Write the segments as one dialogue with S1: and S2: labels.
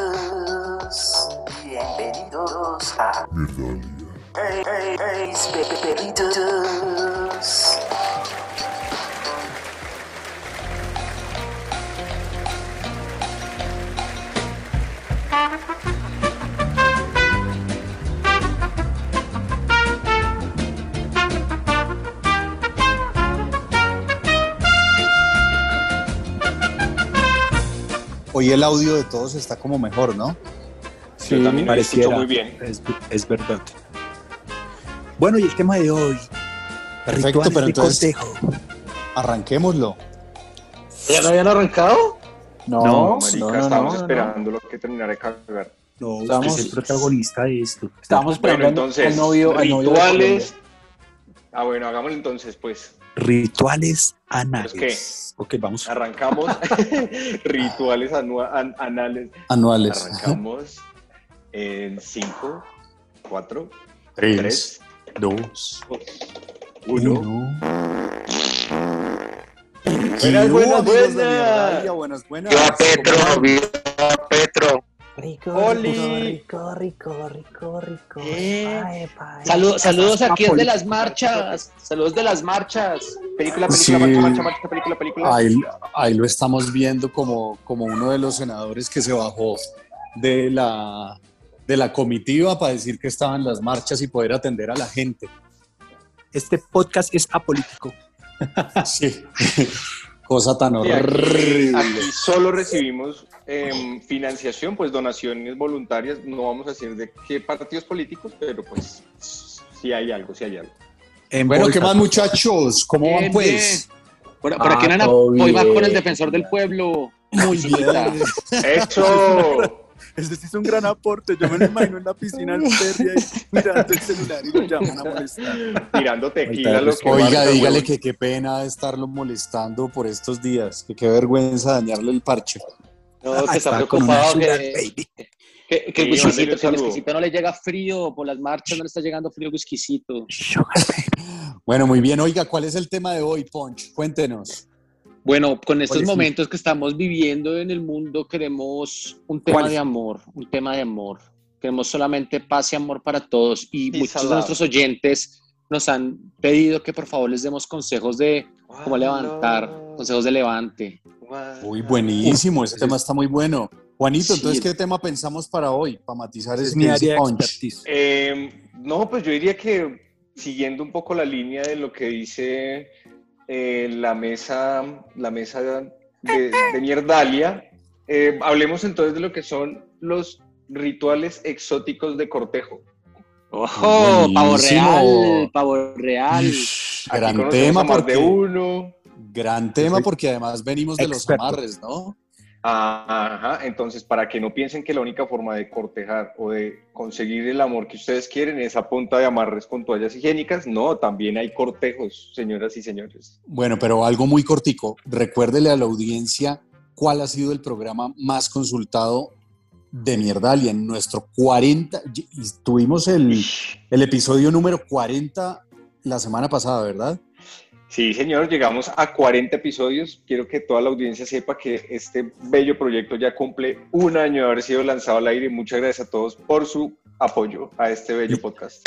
S1: perritos. Bienvenidos a
S2: Nerdalia.
S1: Hey, hey, hey, pe- pe- perritos.
S3: Hoy el audio de todos está como mejor, ¿no?
S4: Sí,
S5: Yo también lo
S4: pareciera.
S5: escucho muy bien.
S4: Es, es verdad. Bueno, y el tema de hoy.
S3: Perfecto,
S4: rituales
S3: pero
S4: de
S3: entonces-
S4: cortejo.
S3: Arranquémoslo.
S6: ¿Ya no habían arrancado?
S4: No,
S5: No,
S4: sí,
S5: marica, estábamos esperando lo que terminara de cargar.
S4: No, usted
S6: Estamos-
S4: es el protagonista de esto.
S6: Estábamos
S5: Bueno,
S6: esperando
S5: entonces,
S6: al novio, al novio de
S5: rituales. Ah, bueno, hagámoslo entonces, pues.
S4: Rituales anales. Ok, vamos.
S5: Arrancamos rituales anua- an- anales.
S3: Anuales.
S5: Arrancamos en 5, 4,
S4: Tres,
S5: 3,
S4: dos,
S5: 1.
S4: uno.
S5: Buenas,
S3: ¿Qué
S5: buenas,
S3: hubo, amigos de
S5: buenas?
S3: Nerdalia? Buenas, buenas.
S7: Viva Petro, viva Petro.
S8: Rico,
S5: ¡Oli!
S8: rico, rico, rico, rico.
S6: Eh,
S8: Pae, pae.
S6: Salu- saludos aquí es de las marchas. Saludos de las marchas.
S5: Película, película,
S3: Sí.
S5: marcha, marcha, marcha, película, película.
S3: Ahí, ahí lo estamos viendo como, como uno de los senadores que se bajó de la, de la comitiva para decir que estaban las marchas y poder atender a la gente.
S4: Este podcast es apolítico.
S3: Sí. Cosa tan
S5: Y aquí-
S3: Ah, horrible.
S5: Aquí solo recibimos em, financiación, pues donaciones voluntarias. No vamos a decir de qué partidos políticos, pero pues sí hay algo, sí hay algo.
S4: En
S3: Bueno, ¿qué
S4: bolsa.
S3: más muchachos? ¿Cómo
S6: Bien,
S3: van pues?
S6: Por, por aquí
S4: Ah,
S6: Nana,
S4: todo
S6: hoy va
S4: bien.
S6: con el defensor del pueblo.
S3: Muy bien.
S5: ¡Eso!
S9: Este sí es un gran aporte. Yo me lo imagino en la piscina del Perry ahí mirando el celular y lo llaman a molestar.
S5: Tirando tequila lo que
S3: Oiga,
S5: valga,
S3: dígale
S5: huevón.
S3: que qué pena estarlo molestando por estos días, que qué vergüenza dañarle el parche.
S6: No, que Ah, está
S4: Está con una
S6: preocupado
S4: sugar
S6: que,
S4: baby.
S6: que, que el
S5: Sí,
S6: whiskycito,
S5: mándale un
S6: que el
S5: saludo.
S6: whiskycito no le llega frío. Por las marchas no le está llegando frío el whiskycito.
S4: Sugar baby.
S3: Bueno, muy bien. Oiga, ¿cuál es el tema de hoy, Punch? Cuéntenos.
S6: Bueno, con estos
S4: Oye, sí.
S6: momentos que estamos viviendo en el mundo, queremos un tema
S4: ¿Cuál?
S6: de amor, un tema de amor. Queremos solamente paz y amor para todos. Y
S5: Peace
S6: muchos
S5: and
S6: de
S5: love.
S6: nuestros oyentes nos han pedido que por favor les demos consejos de cómo levantar, consejos de levante.
S3: Uy, buenísimo. Ese tema está muy bueno. Juanito,
S6: Sí.
S3: entonces, ¿qué tema pensamos para hoy? Para matizar
S4: Es
S3: es
S4: mi área de
S3: Punch.
S4: expertise.
S5: Em, no, pues yo diría que siguiendo un poco la línea de lo que dice eh, la mesa, la mesa de, de Mierdalia, eh, hablemos entonces de lo que son los rituales exóticos de cortejo.
S6: ¡Ojo! Oh, ¡Pavo real!
S3: Buenísimo.
S6: ¡Pavo real!
S3: Ish,
S5: Aquí
S3: Gran
S5: conocemos a
S3: tema,
S5: más de
S3: porque,
S5: uno.
S3: gran tema porque además venimos de los
S4: Experto.
S3: amarres, ¿no?
S5: Ajá, entonces para que no piensen que la única forma de cortejar o de conseguir el amor que ustedes quieren es a punta de amarres con toallas higiénicas, no, también hay cortejos, señoras y señores.
S3: Bueno, pero algo muy cortico. Recuérdele a la audiencia cuál ha sido el programa más consultado de Mierdalia en nuestro 40. y- y Tuvimos el, el episodio número 40 la semana pasada, ¿verdad?
S5: Sí, señor, llegamos a 40 episodios. Quiero que toda la audiencia sepa que este bello proyecto ya cumple un año de haber sido lanzado al aire. Muchas gracias a todos por su apoyo a este bello podcast.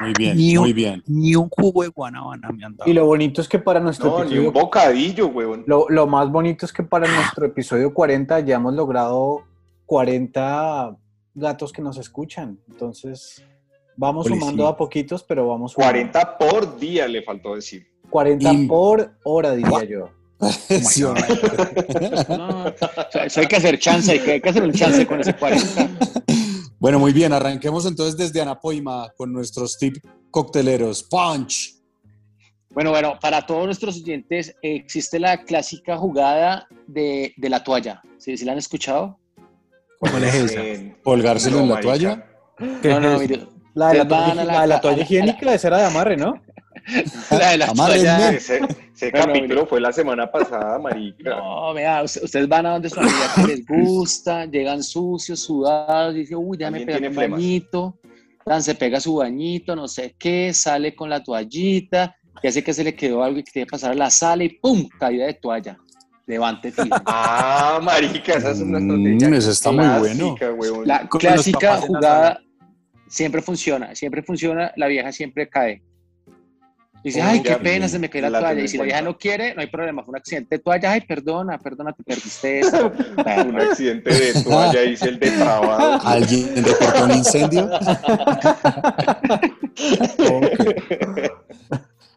S3: Muy bien,
S4: Ni un-
S3: muy bien.
S4: Ni un jugo de guanábana me han dado.
S10: Y lo bonito es que para nuestro
S5: No, ni un
S10: episodio,
S5: bocadillo, huevón.
S10: lo, lo más bonito es que para nuestro episodio 40 ya hemos logrado 40 gatos que nos escuchan. Entonces, vamos
S4: Ole,
S10: sumando
S4: sí.
S10: a poquitos, pero vamos sumando.
S5: 40 por día le faltó decir.
S10: 40
S3: Y-
S10: por hora, diría yo.
S3: Sí, hombre.
S6: No, eso hay que hacer chance, hay que, hay que hacer un chance con ese 40.
S3: bueno, muy bien. Arranquemos entonces desde Anapoima con nuestros tips cocteleros. Punch.
S6: Bueno, bueno, para todos nuestros oyentes eh, existe la clásica jugada de, de la toalla. ¿Sí, ¿Sí la han escuchado?
S4: ¿Cuál es esa?
S5: Eh,
S3: Colgárselo
S5: no,
S3: en la
S5: marica.
S3: toalla.
S6: No, no, no, mire,
S10: La de la,
S6: Ustedes van
S10: toalla,
S6: a la-
S10: la de la
S6: a-
S10: toalla
S6: a-
S10: higiénica, esa era de amarre, ¿no?
S6: la de la
S3: Amárrenme.
S6: toalla.
S5: Ese, ese
S6: No, no,
S5: capítulo
S6: mire.
S5: fue la semana pasada, marica.
S6: No, vea, us- ustedes van a donde su amiga que les gusta, llegan sucios, sudados, dicen, uy, ya me
S5: También
S6: pegué
S5: tiene
S6: un
S5: flemas.
S6: bañito, tan se pega su bañito, no sé qué, sale con la toallita, ya sé que se le quedó algo y que tiene que pasar a la sala y ¡pum! caída de toalla. Levante fijo.
S5: Ah, marica, esa es una estrategia.
S3: Mm, eso está muy bueno.
S5: clásica, huevón.
S6: La
S9: Con los
S6: clásica
S9: papás en la
S6: jugada siempre funciona, siempre funciona, la vieja siempre cae. Dice,
S5: Uy,
S6: ay,
S5: ya,
S6: qué pena,
S5: bien,
S6: se me cayó la,
S5: la
S6: toalla.
S5: tengo
S6: Y
S5: en
S6: si la vieja
S5: cuenta.
S6: no quiere, no hay problema, fue un accidente de toalla. Ay, perdona, perdona, te perdiste esto. Nah,
S5: Un accidente de toalla, hice el de trabajo.
S3: ¿Alguien reportó un incendio? Ok.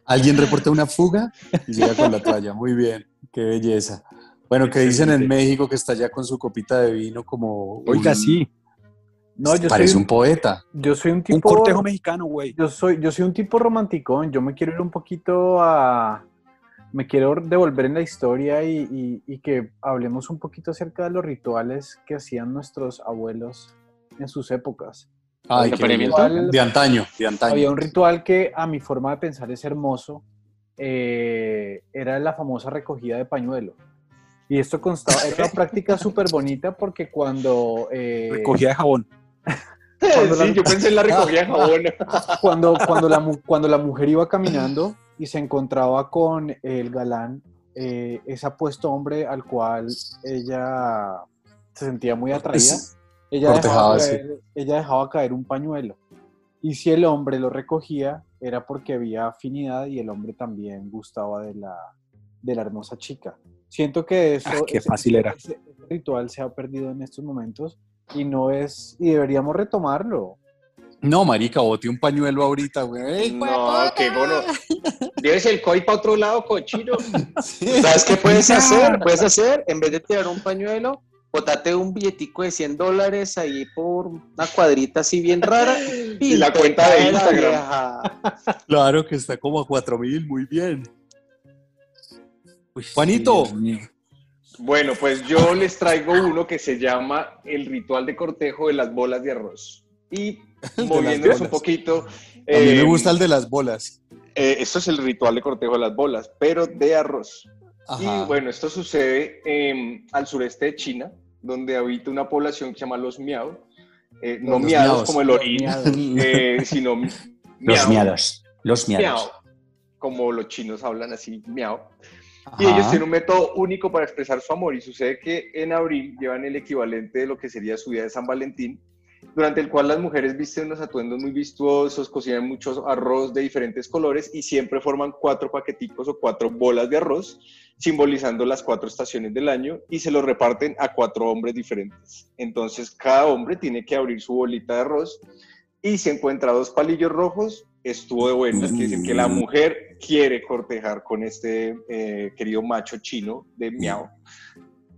S3: ¿Alguien reportó una fuga? Y llega con la toalla. Muy bien, qué belleza. Bueno, que dicen en México que está ya con su copita de vino como...
S9: Oiga,
S3: un-
S9: sí.
S10: No, yo
S3: Parece
S10: soy,
S3: un poeta.
S10: yo soy un tipo.
S9: Un cortejo mexicano, güey.
S4: Eh,
S10: Yo soy, yo soy un tipo romanticón, yo me quiero ir un poquito a... Me quiero devolver en la historia y, y- y que hablemos un poquito acerca de los rituales que hacían nuestros abuelos en sus épocas.
S3: Ay,
S6: Bueno,
S3: qué
S6: pero
S3: belleza.
S10: igual-
S3: de antaño, de
S10: Había
S3: antaño.
S10: un ritual que a mi forma de pensar es hermoso, eh, era la famosa recogida de pañuelo. Y esto constaba, era una práctica súper bonita porque cuando... eh,
S9: Recogida de jabón.
S5: Sí, yo pensé en la recogida de jabón.
S10: cuando, cuando, la, mu- cuando la mujer iba caminando y se encontraba con el galán, eh, ese apuesto hombre al cual ella se sentía muy atraída,
S3: Es-
S10: ella dejaba,
S3: cortejaba, sí.
S10: caer, ella dejaba caer un pañuelo. Y si el hombre lo recogía, era porque había afinidad y el hombre también gustaba de la, de la hermosa chica. Siento que eso,
S9: Ah, qué
S10: ese-
S9: fácil era.
S10: ese- ese ritual se ha perdido en estos momentos y no es, y deberíamos retomarlo.
S3: No, marica, boté un pañuelo ahorita, güey.
S5: No, qué bono. Lleves el coy para otro lado, cochino.
S7: ¿Sabes qué puedes hacer? Puedes hacer, en vez de tirar un pañuelo, botate un billetico de 100 dólares ahí por una cuadrita así bien rara.
S5: Y la cuenta de Instagram.
S3: Claro que está como a 4000, muy bien. Juanito,
S5: Bueno, pues yo les traigo uno que se llama El ritual de cortejo de las bolas de arroz. Y moviéndonos
S3: bolas.
S5: un poquito.
S3: a mí me
S5: eh,
S3: gusta el de las bolas.
S5: eh, esto es el ritual de cortejo de las bolas, pero de arroz.
S3: Ajá.
S5: Y bueno, esto sucede eh, al sureste de China, donde habita una población que se llama los miao. Eh, no
S3: Los
S5: miados
S3: miaos.
S5: como el orín, eh, sino miao,
S4: miados. Los
S5: miao, como los chinos hablan así, miao. Y ellos tienen un método único para expresar su amor y sucede que en abril llevan el equivalente de lo que sería su día de San Valentín, durante el cual las mujeres visten unos atuendos muy vistuosos, cocinan muchos arroz de diferentes colores y siempre forman cuatro paqueticos o cuatro bolas de arroz, simbolizando las cuatro estaciones del año y se los reparten a cuatro hombres diferentes. Entonces cada hombre tiene que abrir su bolita de arroz y si encuentra dos palillos rojos, estuvo de buenas, quiere decir que la mujer quiere cortejar con este eh, querido macho chino de miau.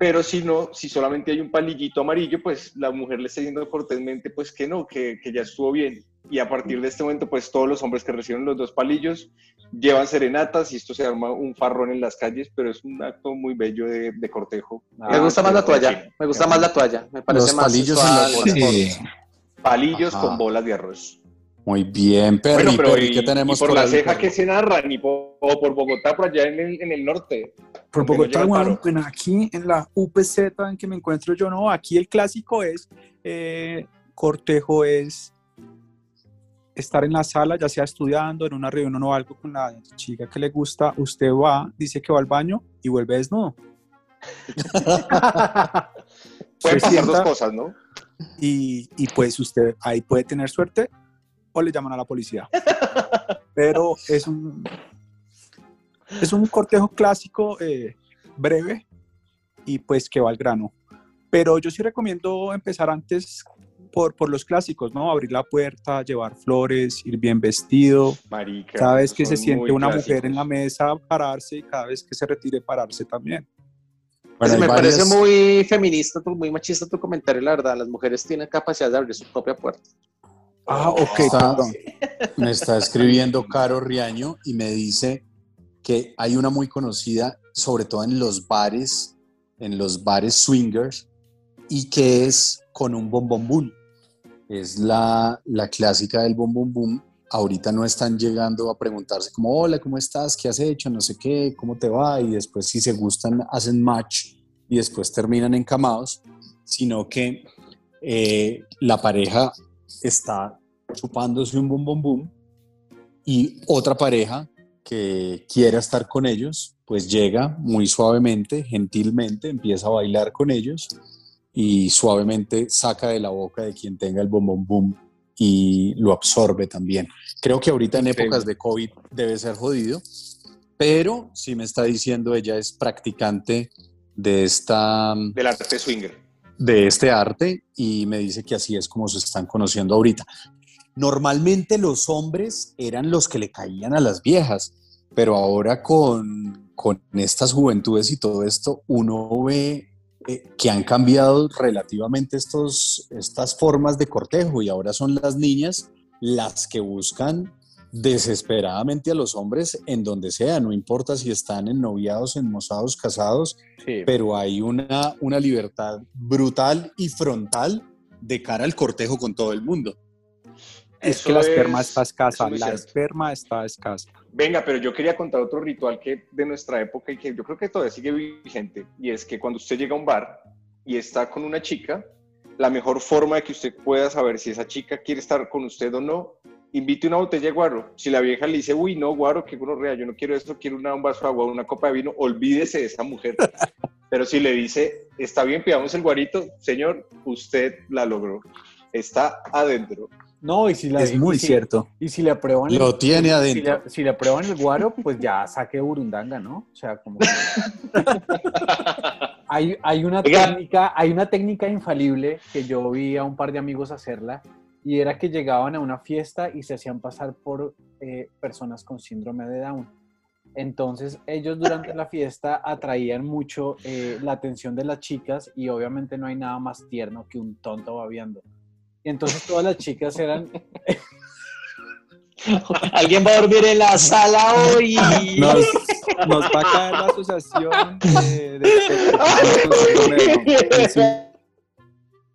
S5: Pero si no, si solamente hay un palillito amarillo, pues la mujer le está diciendo cortésmente pues que no, que, que ya estuvo bien. Y a partir de este momento, pues todos los hombres que reciben los dos palillos llevan serenatas y esto se arma un farrón en las calles, pero es un acto muy bello de, de cortejo.
S7: Me gusta más la toalla. Me gusta más la toalla. Me parece
S3: Los
S7: más
S3: palillos en
S5: Ah,
S7: sensual.
S3: las bolas.
S4: Sí.
S5: Palillos
S3: Ajá.
S5: con bolas de arroz.
S3: Muy bien, Perry,
S5: Bueno, pero
S3: Perry,
S5: y,
S3: ¿qué tenemos
S5: y por, la
S3: ahí,
S5: ceja
S3: Perry?
S5: que se narran y por, o por Bogotá, por allá en el, en el norte.
S9: Por
S5: Porque no llega
S9: Bogotá,
S5: el
S9: weón,
S5: paro.
S9: en aquí en la UPZ en que me encuentro yo, no, aquí el clásico es, eh, cortejo es estar en la sala, ya sea estudiando, en una reunión o algo con la chica que le gusta, usted va, dice que va al baño y vuelve desnudo.
S5: Pueden
S9: Se
S5: pasar dos
S9: sienta
S5: cosas, ¿no?
S9: y, y pues usted ahí puede tener suerte o le llaman a la policía. Pero es un, es un cortejo clásico, eh, breve y pues que va al grano. Pero yo sí recomiendo empezar antes por, por los clásicos, ¿no? Abrir la puerta, llevar flores, ir bien vestido.
S5: Marica.
S9: Cada vez que se
S5: son muy
S9: siente una mujer
S5: clásicos.
S9: en la mesa, pararse y cada vez que se retire, pararse también.
S5: Ah,
S3: Bueno, hay
S7: me parece
S3: varias-
S7: muy feminista, tu- muy machista tu comentario, la verdad. Las mujeres tienen capacidad de abrir su propia puerta.
S9: Ah, ok,
S3: Está-
S9: perdón.
S3: me está escribiendo Caro Riaño y me dice que hay una muy conocida, sobre todo en los bares, en los bares swingers, y que es con un bombombún. Es la, la clásica del bombombún. Ahorita no están llegando a preguntarse como, hola, ¿cómo estás? ¿Qué has hecho? No sé qué, ¿cómo te va? Y después si se gustan, hacen match y después terminan encamados, sino que eh, la pareja está chupándose un boom boom boom y otra pareja que quiera estar con ellos, pues llega muy suavemente, gentilmente, empieza a bailar con ellos y suavemente saca de la boca de quien tenga el bombón boom y lo absorbe también. Creo que ahorita en épocas de COVID debe ser jodido, pero si me está diciendo ella es practicante de esta
S5: del arte swinger.
S3: de este arte y me dice que así es como se están conociendo ahorita. Normalmente los hombres eran los que le caían a las viejas, pero ahora con, con estas juventudes y todo esto, uno ve eh, que han cambiado relativamente estos, estas formas de cortejo y ahora son las niñas las que buscan desesperadamente a los hombres en donde sea, no importa si están en noviados, en mozados, casados,
S10: Sí.
S3: pero hay una, una libertad brutal y frontal de cara al cortejo con todo el mundo.
S9: Es
S5: Eso
S9: que la esperma está
S5: eso
S9: escasa,
S5: es muy
S9: la
S5: cierto.
S9: esperma está escasa.
S5: Venga, pero yo quería contar otro ritual que de nuestra época y que yo creo que todavía sigue vigente, y es que cuando usted llega a un bar y está con una chica, la mejor forma de que usted pueda saber si esa chica quiere estar con usted o no, invite una botella de guaro. Si la vieja le dice, uy, no, guaro, qué gonorrea, yo no quiero esto, quiero una, un vaso de agua, una copa de vino, olvídese de esa mujer. Pero si le dice, está bien, pidamos el guarito, señor, usted la logró. Está adentro.
S10: No, y si la,
S9: es
S10: y
S9: muy
S10: si-
S9: cierto.
S10: Y si le aprueban,
S3: Lo tiene
S10: si
S3: adentro.
S10: le, si le aprueban el guaro, pues ya saque burundanga, ¿no? O sea, como que- hay, hay una
S5: Oiga.
S10: técnica, hay una técnica infalible que yo vi a un par de amigos hacerla y era que llegaban a una fiesta y se hacían pasar por eh, personas con síndrome de Down. Entonces ellos durante la fiesta atraían mucho eh, la atención de las chicas y obviamente no hay nada más tierno que un tonto babeando. Entonces todas las chicas eran
S7: Alguien va a dormir en la sala hoy.
S9: Nos, nos va a caer la asociación eh, de, de- de-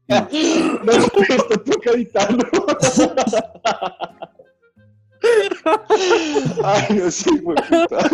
S9: de- sí.
S5: No, esto toca editarlo. Ay, no sé, güey, puta.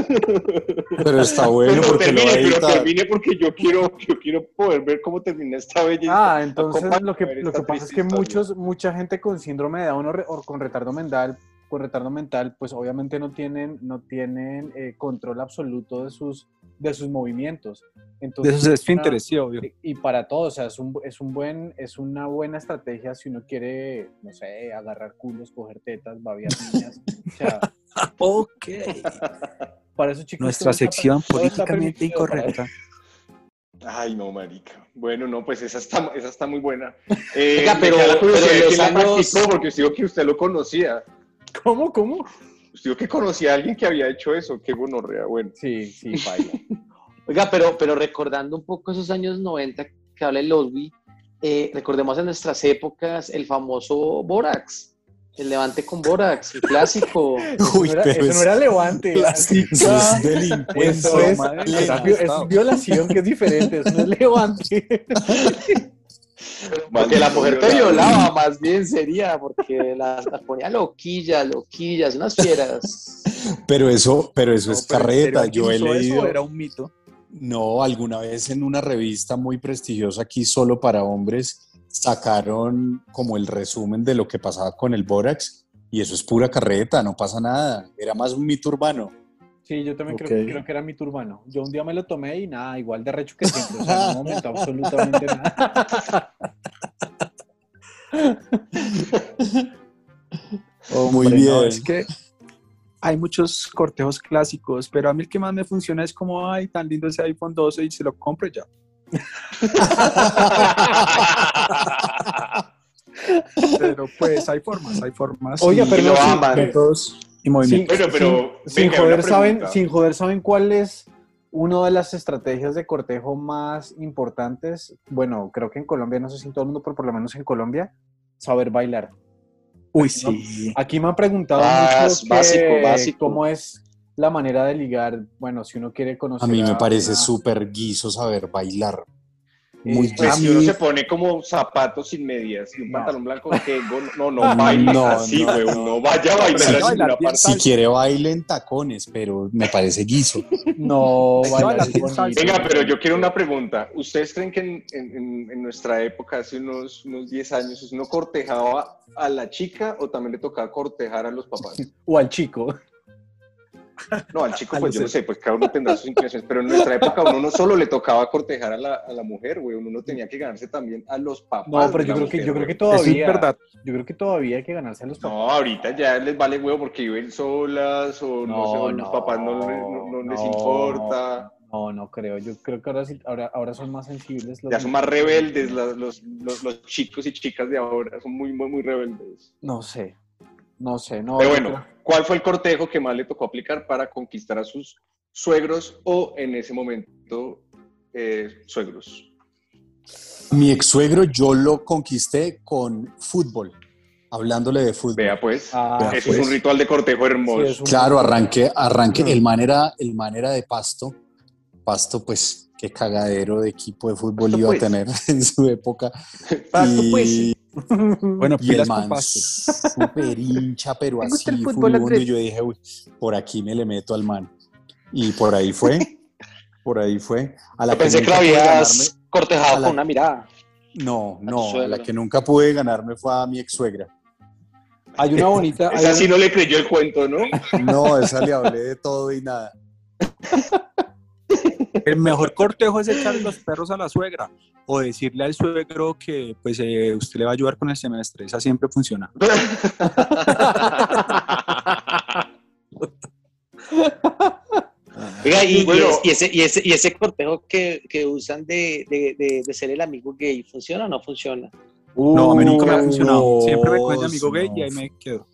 S3: Pero está bueno
S5: Pero
S3: porque lo va
S5: termine,
S3: a
S5: pero
S3: editar.
S5: termine porque yo quiero, yo quiero poder ver cómo termina esta belleza.
S10: Ah, entonces lo que,
S5: ver
S10: lo
S5: esta
S10: que pasa es
S5: triste
S10: que
S5: historia.
S10: muchos, mucha gente con síndrome de Down o, re- o con retardo mental, con retardo mental, pues obviamente no tienen, no tienen eh, control absoluto de sus, de sus movimientos.
S9: de
S10: Entonces,
S9: sus esfínteres, sí, obvio.
S10: y para todo, o sea, es, un, es, un buen, es una buena estrategia si uno quiere, no sé, agarrar culos, coger tetas, babear niñas. o sea,
S9: Ok.
S10: para esos chicos...
S9: Nuestra
S10: todo está
S9: sección
S10: per- todo está
S9: políticamente
S10: permitido para-
S9: incorrecta.
S5: Ay, no, marica. Bueno, no, pues esa está, esa está muy buena. Eh,
S7: Oiga, pero-
S5: me queda la curiosidad
S7: pero
S5: de
S7: los
S5: quién la
S7: años-
S5: practicó, porque usted dijo que usted lo conocía.
S10: ¿Cómo, cómo?
S5: Usted dijo que conocía a alguien que había hecho eso. Qué gonorrea, bueno.
S10: Sí, sí, baila.
S7: Oiga, pero, pero recordando un poco esos años 90 que habla el Losby, eh, recordemos en nuestras épocas el famoso Borax, el levante con Borax, el clásico.
S10: Eso
S3: Uy,
S10: no era,
S3: pero
S10: eso no
S3: es-
S10: era levante.
S3: Eso es delincuencia,
S10: Eso es,
S3: madre.
S10: pues, es vi- es violación que es diferente, eso no es levante.
S7: Porque la mujer te
S5: Violado.
S7: violaba, más bien sería, porque las la ponía loquillas, loquillas, unas fieras.
S3: Pero eso, pero eso es
S9: No, pero ¿en
S3: carreta.
S9: serio
S3: Yo he
S9: hizo eso?
S3: leído,
S9: Era un mito.
S3: no, alguna vez en una revista muy prestigiosa aquí solo para hombres sacaron como el resumen de lo que pasaba con el Bórax y eso es pura carreta, no pasa nada. Era más un mito urbano.
S10: Sí, yo también creo,
S9: Ok.
S10: creo que era mi turbano. Yo un día me lo tomé y nada, igual de recho que siempre. O sea, no me aumentó absolutamente nada.
S3: Muy
S9: Hombre,
S3: bien.
S9: no, es que hay muchos cortejos clásicos, pero a mí el que más me funciona es como, ay, tan lindo ese iPhone 12 y se lo compro ya. pero pues hay formas, hay formas.
S10: Oiga,
S9: y
S10: pero
S7: lo
S10: no, sí,
S7: aman.
S10: pero-
S9: métodos y
S10: sin,
S9: movimientos.
S5: Bueno, pero,
S10: sin- sin
S5: venga,
S10: joder
S5: una
S10: saben,
S5: pregunta.
S10: sin joder saben cuál es una de las estrategias de cortejo más importantes. Bueno, creo que en Colombia, no sé si en todo el mundo, pero por lo menos en Colombia, saber bailar.
S9: Uy, sí.
S10: Aquí me han preguntado
S7: Bas-
S10: mucho
S7: Ah, básico,
S10: que
S7: básico.
S10: cómo es la manera de ligar. Bueno, si uno quiere conocer.
S3: A mí me parece
S10: una-
S3: súper guiso saber bailar.
S10: Eh,
S3: Muy
S5: Pues si
S3: guiso.
S5: uno se pone como zapatos sin medias y un
S10: No.
S5: pantalón blanco, que go- no, no baile
S3: No,
S5: así,
S3: no,
S5: güey, no,
S3: no.
S5: vaya a bailar
S3: Sí,
S5: así en
S9: bailar
S5: una
S9: bien,
S5: parte.
S3: Si quiere baile en tacones, pero me parece guiso.
S10: No,
S9: Hay que
S10: bailar
S9: bailar
S10: es
S9: sin
S10: bonito.
S9: salsa.
S5: Venga, pero yo quiero una pregunta. ¿Ustedes creen que en, en- en- en nuestra época, hace unos, unos 10 años, uno cortejaba a la chica o también le tocaba cortejar a los papás?
S10: O al chico.
S5: No, al chico,
S9: A
S5: pues
S9: los
S5: yo no
S9: seis.
S5: sé, pues cada uno tendrá sus inclinaciones, pero en nuestra época uno no solo le tocaba cortejar a la, a la mujer, güey, uno tenía que ganarse también a los papás.
S10: No, pero
S5: de la
S10: yo creo que,
S5: mujer,
S10: yo creo
S5: güey.
S10: que
S9: Eso
S10: todavía.
S9: es verdad.
S10: Yo creo que todavía hay que ganarse a los papás.
S5: No, ahorita ya les vale huevo porque viven solas o no, sé, o
S10: No,
S5: los papás no, le- no- no les
S10: no,
S5: importa.
S10: No, no creo. Yo creo que ahora sí, ahora, ahora son más sensibles. las
S5: Ya son más
S10: mujeres.
S5: rebeldes las- los, los- los chicos y chicas de ahora, son muy, muy, muy rebeldes.
S10: No sé. No sé, no.
S5: Pero
S10: yo
S5: bueno, ¿cuál fue el cortejo que más le tocó aplicar para conquistar a sus suegros o en ese momento eh, suegros?
S3: Mi ex suegro yo lo conquisté con fútbol, hablándole de fútbol.
S5: Vea pues,
S10: Ah,
S5: eso es
S3: pues.
S5: un ritual de cortejo
S10: creo-
S5: hermoso.
S10: sí, es un-
S3: Claro, arranque, arranque.
S5: Mm.
S3: El man era, el man era de pasto. Pasto, pues, qué cagadero de equipo de fútbol
S5: Pasto,
S3: iba
S5: pues.
S3: a tener en su época.
S5: Pasto,
S3: y,
S5: pues.
S9: Bueno,
S3: y el
S9: pilas
S3: man
S9: con pasto.
S3: súper hincha, pero
S7: Me
S3: así
S7: gusta el fútbol,
S3: furibundo.
S7: Andrés.
S3: Y yo dije, uy, por aquí me le meto al man. Y por ahí fue, por ahí fue. A la
S6: Yo pensé que lo
S3: nunca pude
S6: habías
S3: a
S6: cortejado
S3: la-
S6: con una mirada.
S3: ganarme- No, no, a la
S6: suegra.
S3: que nunca pude ganarme fue a mi ex suegra.
S10: Hay una bonita. hay
S5: Esa sí no le creyó el cuento, ¿no?
S3: No, esa le hablé de todo y nada.
S9: El mejor cortejo es echar los perros a la suegra o decirle al suegro que pues eh, usted le va a ayudar con el semestre. Esa siempre funciona.
S6: Oiga, y, y
S5: Bueno.
S6: es- y ese, y, ese, y ese cortejo que, que usan de, de, de, de ser el amigo gay, ¿funciona o no funciona?
S9: No, a mí nunca me ha
S3: Uh,
S9: funcionado. siempre me cogen de
S3: Dios,
S9: amigo gay
S3: no.
S9: y ahí me quedo.